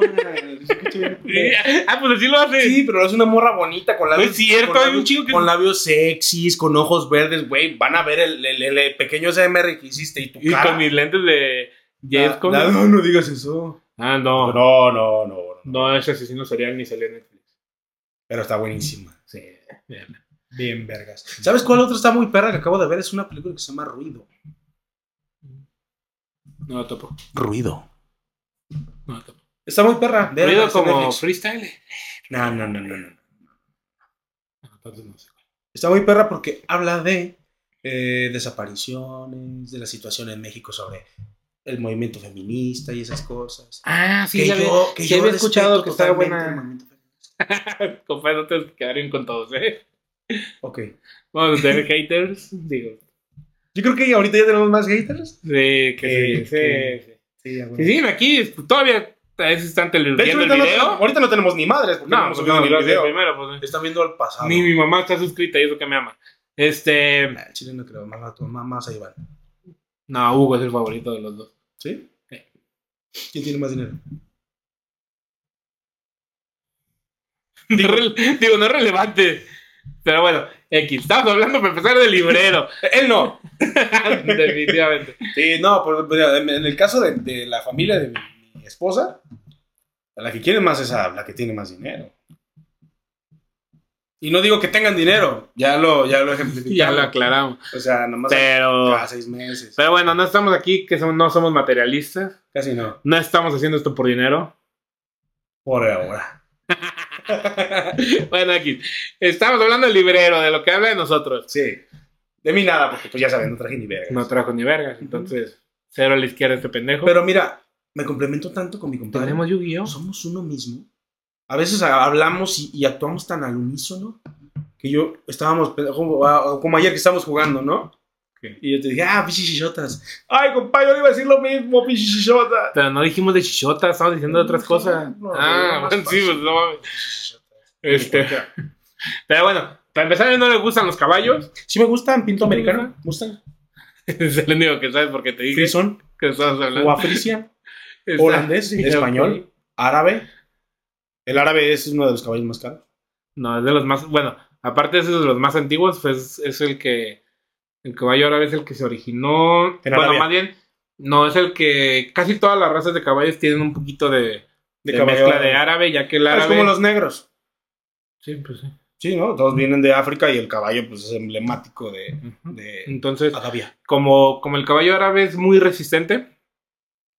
se escucha bien culero.
Ah, pues así lo haces.
Sí, pero es una morra bonita con labios.
es cierto,
con
hay un
labios-
chico que-
Con labios sexys, con ojos verdes, güey. Van a ver el, el- el- el pequeño SMR que hiciste y tu
Y
cara.
con mis lentes de Jesco.
Ah, no, no digas eso.
Ah, no. No,
No, no, no. no.
ese asesino serial ni salió en Netflix.
Pero está buenísima.
Sí.
Bien, vergas. ¿Sabes cuál otro está muy perra que acabo de ver? Es una película que se llama Ruido.
No lo topo.
Ruido.
No lo topo.
Está muy perra. de
Ruido
verdad, está en
como
Netflix.
freestyle.
No, no, no, no, no.
Ah, Entonces no sé.
Está muy perra porque habla de eh, desapariciones, de la situación en México sobre el movimiento feminista y esas cosas.
Ah, sí,
que
ya había-
yo, que
sí
yo
había escuchado
respeto
que estaba
totalmente el
buena.
movimiento feminista.
Compadre, no te quedarían con todos, ¿eh?
Ok.
Vamos a tener haters, digo.
Yo creo que ahorita ya tenemos más haters.
Sí, que
Eh,
sí, sí,
que-
sí.
Sí, ya, güey.
Si siguen aquí, pues, todavía a veces están
De hecho,
televiendo el
ahorita no,
video.
ahorita no tenemos ni madres porque no,
No,
hemos
pues
subido
no,
ni
lo
el
hace
video.
primero, pues.
Están viendo al pasado.
Ni mi mamá está suscrita y eso que me ama. Este.
Nah, Ah, Chile no creo, mamá, tu mamá se llevan.
No, Hugo es el favorito de los dos.
¿Sí?
Sí.
¿Quién tiene más dinero?
Digo, digo, no es relevante. Pero bueno, X, estamos hablando para empezar del librero.
Él no.
Definitivamente.
Sí, no, pero, pero en en el caso de, de la familia de mi, mi esposa, a la que quiere más es a la que tiene más dinero. Y no digo que tengan dinero, ya lo, ya lo ejemplificamos.
Ya lo aclaramos.
O sea, nomás
Pero.
cada seis meses.
Pero bueno, no estamos aquí, que son- no somos materialistas.
Casi no.
No estamos haciendo esto por dinero.
Por ahora.
Bueno, X. Estamos hablando del librero, de lo que habla de nosotros.
Sí. De mí nada, porque pues ya saben, no traje ni verga.
No trajo ni vergas, entonces. Cero a la izquierda este pendejo.
Pero mira, me complemento tanto con mi compadre.
tenemos Yu-Gi-Oh!
somos uno mismo. A veces a- hablamos y, y actuamos tan al unísono que yo estábamos, pe- como, a- como ayer que estábamos jugando, ¿no?
¿Qué?
Y yo te dije, ah, pichichichotas. Ay, compadre, yo le iba a decir lo mismo, pichichichotas.
Pero no dijimos de chichota, estamos diciendo de otras
No,
cosas.
no, no,
ah,
no,
bueno,
no,
sí,
no,
pues no mames.
Pichichichotas.
Este. Pero bueno, para empezar, a él no le gustan los caballos.
Sí me gustan, pinto americano. ¿Me gustan?
es el único que sabes porque te dije
Frison,
que estás hablando.
o africia,
Está-
holandés,
Ok.
español, árabe. El árabe es uno de los caballos más caros.
No, es de los más. Bueno, aparte de esos de los más antiguos, pues es el que. El caballo árabe es el que se originó. bueno,
Arabia.
más bien. No, es el que. Casi todas las razas de caballos tienen un poquito de, de,
caballo
mezcla
árabe.
de árabe, ya que el
Ah,
árabe.
Es como los negros.
Sí, pues sí.
Sí, ¿no? Todos vienen de África y el caballo pues es emblemático de,
Ujú.
de
Entonces,
Arabia.
como, como el caballo árabe es muy resistente,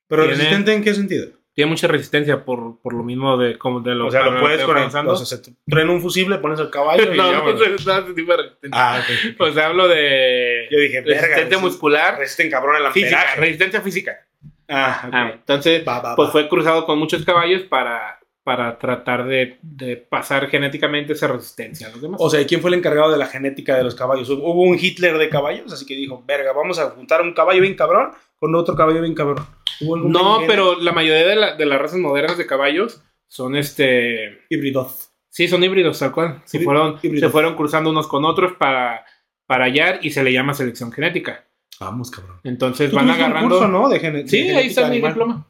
¿Pero
Tiene-
resistente en qué sentido?
tiene mucha resistencia por, por lo mismo de como de lo
o sea,
para
lo puedes
que
conectar.
avanzando.
O sea, se te truena un fusible, pones el caballo
no, pues,
y
no,
vámonos.
no, no, ese tipo de resistencia.
Ah, ok.
O sea, hablo
Yo
de
dije, verga.
resistencia
resisten-
muscular,
Resisten cabrón el
física,
amperaje.
resistencia física. Ah,
Ah, ok.
entonces,
Va, va,
pues
va.
fue cruzado con muchos caballos para, para tratar de, de pasar genéticamente esa resistencia a los demás.
O sea, ¿y ¿quién fue el encargado de la genética de los caballos? Hubo hubo un Hitler de caballos, así que dijo, verga, vamos a juntar un caballo bien cabrón con otro caballo bien cabrón. Hubo algún
no,
alienígena
pero la mayoría de, la- de las razas modernas de caballos son este
Híbrido.
Sí, son híbridos, tal cual. Se
Híbrido-
fueron,
híbridos.
se fueron cruzando unos con otros para, para hallar y se le llama selección genética.
Vamos, cabrón.
Entonces
Tú
van
tuviste un
agarrando.
curso, ¿no? De gene-
Sí,
de
ahí
genética
está mi
animal.
diploma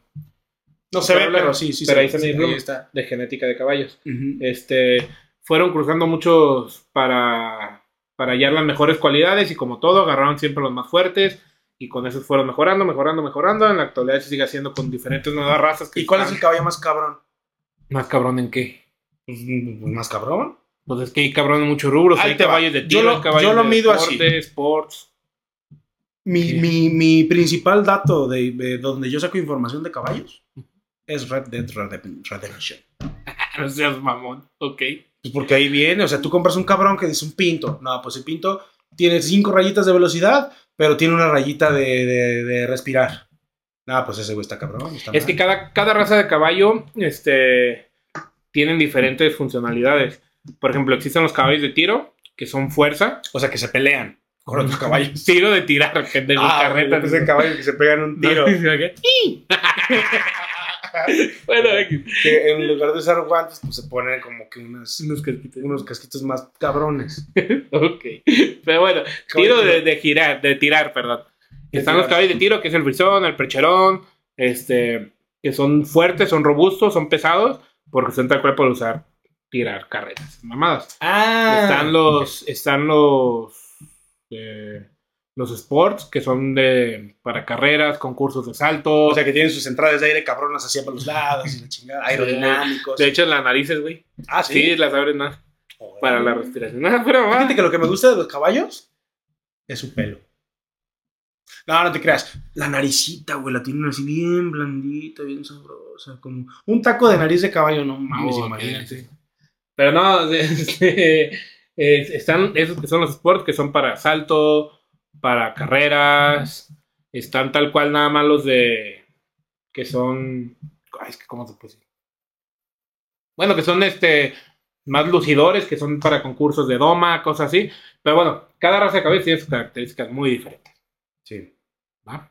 No se ve, pero sí, sí. se
Pero
ve,
ahí está mi
sí,
diploma.
está.
de genética de caballos.
Ujú.
Este, fueron cruzando muchos para, para hallar las mejores cualidades y como todo, agarraron siempre los más fuertes y con esos fueron mejorando, mejorando, mejorando. En la actualidad se sigue haciendo con diferentes nuevas razas. Que
¿Y cuál es
están-
el caballo más cabrón?
más cabrón en qué?
Pues, mm, ¿Más cabrón?
Pues es que hay cabrón en muchos rubros.
Ahí
hay
te va.
caballos de
Yo
tiro,
lo-
caballos
yo lo
de
mido así.
deporte, sports.
Mi,
Sí.
mi- mi principal dato de, de donde yo saco información de caballos es Red Dead Redem- Redemption.
No seas mamón, ok.
Pues porque ahí viene, o sea, tú compras un cabrón que dice un pinto. No, pues el pinto tiene cinco rayitas de velocidad, pero tiene una rayita de, de- de respirar. Nada, pues ese güey está cabrón. está
Es que
mal.
cada, cada raza de caballo este, tienen diferentes funcionalidades. Por ejemplo, existen los caballos de tiro, que son fuerza.
O sea, que se pelean con otros caballos.
Tiro de tirar, que
Ah,
de los carretas.
ese caballo que se pegan un
No,
tiro.
bueno, aquí.
que en lugar de usar guantes, pues se ponen como que unas,
Unos casquitos.
unos casquitos más cabrones.
Ok. Pero bueno, tiro de, de girar, de tirar, perdón.
De
Están
tirar.
los caballos de tiro, que es el frisón, el percherón, este, que son fuertes, son robustos, son pesados, porque son tal cual por usar tirar carretas, mamadas.
Ah,
Están los, están los, eh, los sports, que son de, para carreras, concursos de salto.
O sea, que tienen sus entradas de aire cabronas hacia para los lados y la chingada. Aerodinámicos.
de hecho, las narices, güey.
ah,
Sí, las abren más
Joder.
para la respiración. Ah, pero va.
Fíjate que lo que me gusta de los caballos es su pelo. No, no te creas. La naricita, güey, la tienen así bien blandita, bien sabrosa. Como un taco de nariz de caballo, no mames,
Oh,
imagínate.
ok. Pero no, este, es- están esos que son los sports, que son para salto, para carreras, están tal cual nada más los de, que son, ay, es que cómo se puso. Bueno, que son este, más lucidores, que son para concursos de doma, cosas así. Pero bueno, cada raza de cabeza tiene sus características muy diferentes.
Sí.
¿Va?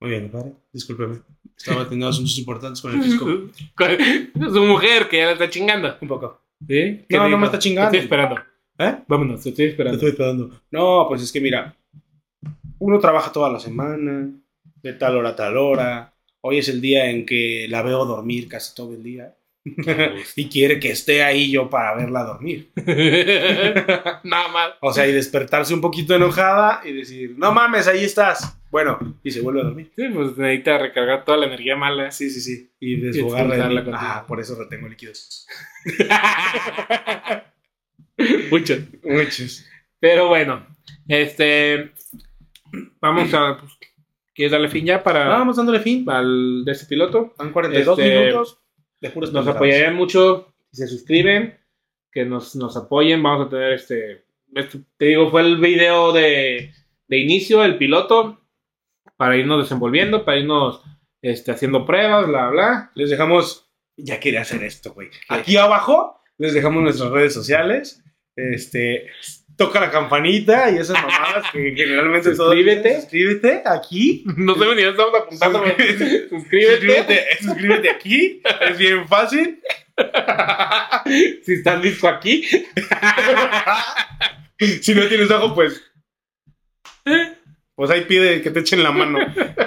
Muy bien, compadre. Discúlpeme. Estaba teniendo asuntos importantes con el fisco.
Su mujer que ya la está chingando.
Un poco.
¿Sí?
No, no
digo?
me está chingando.
Te estoy esperando.
¿Eh?
Vámonos, te estoy
Te
esperando.
estoy esperando. No, pues es que mira, uno trabaja toda la semana, de tal hora a tal hora. Hoy es el día en que la veo dormir casi todo el día. y quiere que esté ahí yo para verla dormir.
Nada más.
O sea, y despertarse un poquito enojada y decir, no mames, ahí estás. Bueno, y se vuelve a dormir.
Sí, pues necesita recargar toda la energía mala.
Sí, sí, sí. Y desfogarla. de
expulsarla
mí.
contigo.
Ah, por eso retengo líquidos.
Mucho.
Muchos.
Pero bueno, este. Vamos a. pues, ¿Quieres darle fin ya para.
Vamos dándole fin.
Al de este piloto.
Van 42
Este,
minutos de puros
Nos
pendejadas.
apoyarían mucho si se suscriben, que nos, nos apoyen. Vamos a tener este, este- Te digo, fue el video de, de inicio, el piloto, para irnos desenvolviendo, para irnos este, haciendo pruebas, bla, bla.
Les dejamos, ya quería hacer esto, güey. Aquí abajo les dejamos nuestras redes sociales. Este, toca la campanita y esas mamadas que generalmente todos
Suscríbete.
dicen, suscríbete aquí.
No sé ni dónde estamos apuntando. güey.
Suscríbete.
Suscríbete.
Suscríbete, suscríbete aquí. Es bien fácil.
si estás listo aquí.
Si no tienes ojo, pues. Pues ahí pide que te echen la mano.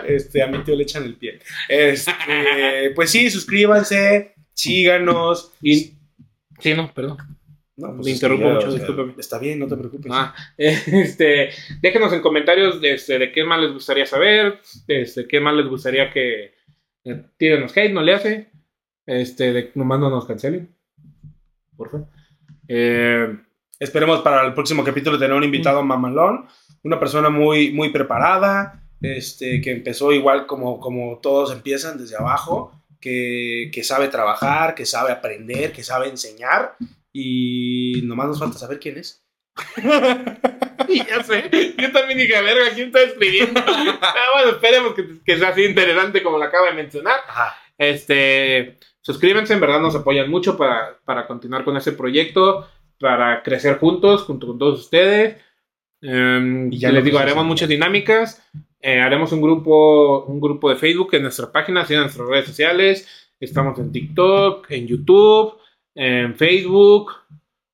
Este, a mi tío le echan el pie. Este, pues sí, suscríbanse, síganos.
Y, sí, no, perdón.
No,
Te
es que
interrumpo mucho,
o sea,
discúlpame.
Está bien, no te preocupes.
Ah, este, déjenos en comentarios de, este, de qué más les gustaría saber, este, qué más les gustaría que eh, tírenos hate, no le hace, este, de, nomás no nos cancelen, por favor. Eh,
Esperemos para el próximo capítulo tener un invitado mamalón, una persona muy, muy preparada, este, que empezó igual como, como todos empiezan desde abajo, que, que sabe trabajar, que sabe aprender, que sabe enseñar y nomás nos falta saber quién es.
ya sé, yo también dije, "A verga, ¿quién está escribiendo? Ah, bueno, esperemos que, que sea así interesante como lo acaba de mencionar.
Ajá.
Este, suscríbanse, en verdad nos apoyan mucho para, para continuar con este proyecto, para crecer juntos, junto con todos ustedes. Eh,
Y ya
ya les
lo
digo,
que se
haremos
hace.
muchas dinámicas, eh, haremos un grupo, un grupo de Facebook en nuestra página, así en nuestras redes sociales, estamos en TikTok, en YouTube, en Facebook,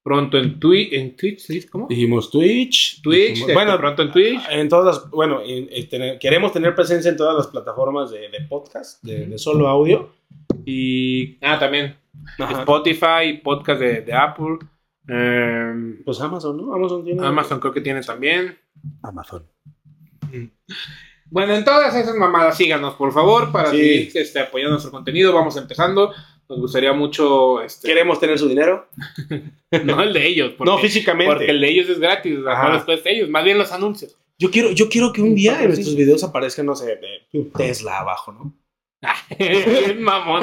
pronto en, Twi en Twitch, ¿sí? ¿cómo?
Dijimos Twitch.
Twitch, bueno,
bueno,
pronto en Twitch.
en todas las- bueno, en- en tener- queremos tener presencia en todas las plataformas de, de podcast, de, de solo audio. pues,
Y, ah, también Spotify, podcast de, de Apple, eh,
Pues Amazon, ¿no? Amazon tiene.
Amazon creo que tiene también.
Amazon.
Bueno, en todas esas mamadas, síganos, por favor, para
Sí.
seguir este, apoyando nuestro contenido. Vamos empezando. Nos gustaría mucho. Este,
Queremos tener su dinero.
No el de ellos. Porque,
no físicamente.
porque el de ellos es gratis.
Ajá.
No después de ellos. Más bien los anuncios.
Yo quiero, yo quiero que un día en
Patrocinio.
nuestros videos aparezca, no sé, de Tesla abajo, ¿no?
Bien mamón.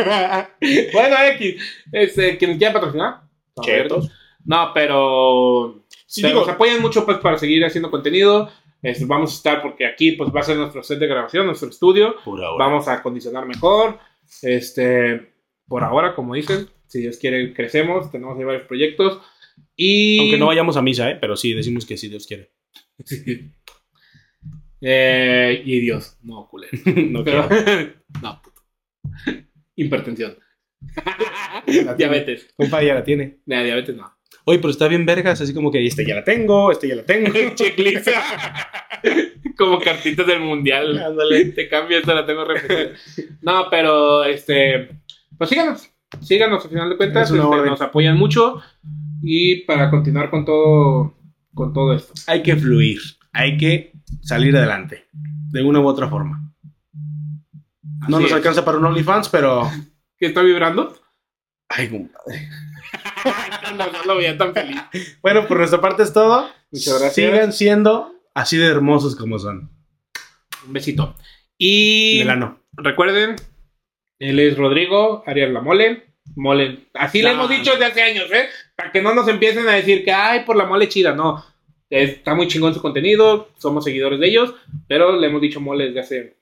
bueno, X. Este, quien quiera patrocinar. A ver.
Chetos.
No, pero.
Sí,
pero
digo,
nos apoyan mucho pues, para seguir haciendo contenido. Este, vamos a estar porque aquí pues va a ser nuestro set de grabación, nuestro estudio.
Por ahora.
Vamos a acondicionar mejor. Este, por ahora, como dicen, si Dios quiere, crecemos, tenemos ahí varios proyectos. Y
Aunque no vayamos a misa, ¿eh? Pero sí, decimos que sí, Dios quiere.
Eh, y Dios, no, culero.
No
Pero-
quiero.
no, puto. Hipertensión.
tiene.
diabetes.
Compa, ya la tiene.
Nah, diabetes no.
Oye, pero está bien vergas, así como que este ya la tengo, este ya la tengo.
Checklist. Como cartitas del mundial. Te cambio, esta la tengo repetida. No, pero este. Pues síganos. Síganos, al final de cuentas.
Es una
este,
orden.
nos apoyan mucho. Y para continuar con todo. Con todo esto.
Hay que fluir, hay que salir adelante, de una u otra forma. No
Así
nos
es.
alcanza para un OnlyFans, pero...
¿Qué está vibrando?
Ay, compadre.
No, no lo veía tan feliz.
bueno, por nuestra parte es todo.
Muchas gracias.
Sigan siendo así de hermosos como son.
Un besito. Y.
Del ano.
Recuerden, él es Rodrigo, Arias La Mole. Mole. Así le
La
hemos
mole.
dicho desde hace años, ¿eh? Para que no nos empiecen a decir que, ay, por la mole chida. No. Está muy chingón su contenido. Somos seguidores de ellos. Pero le hemos dicho mole desde hace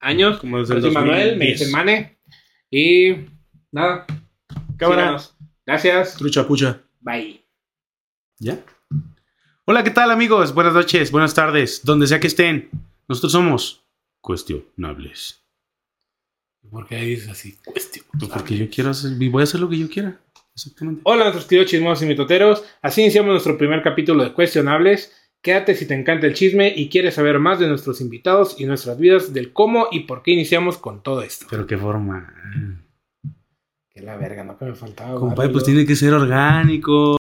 años.
Como desde
Yo
el
soy Manuel, me
2010.
dicen Mane. Y nada.
Cámara.
síganos. Gracias.
Trucha pucha.
Bye.
Hola, ¿qué tal amigos? Buenas noches, buenas tardes, donde sea que estén. Nosotros somos cuestionables.
¿Por qué dices así? Cuestión.
Pues porque yo quiero hacer, voy a hacer lo que yo quiera. Exactamente.
Hola, nuestros queridos chismosos y mitoteros. Así iniciamos nuestro primer capítulo de Cuestionables. Quédate si te encanta el chisme y quieres saber más de nuestros invitados y nuestras vidas, del cómo y por qué iniciamos con todo esto.
Pero qué forma.
Que la verga, no que me faltaba.
pues, Compadre, pues tiene que ser orgánico.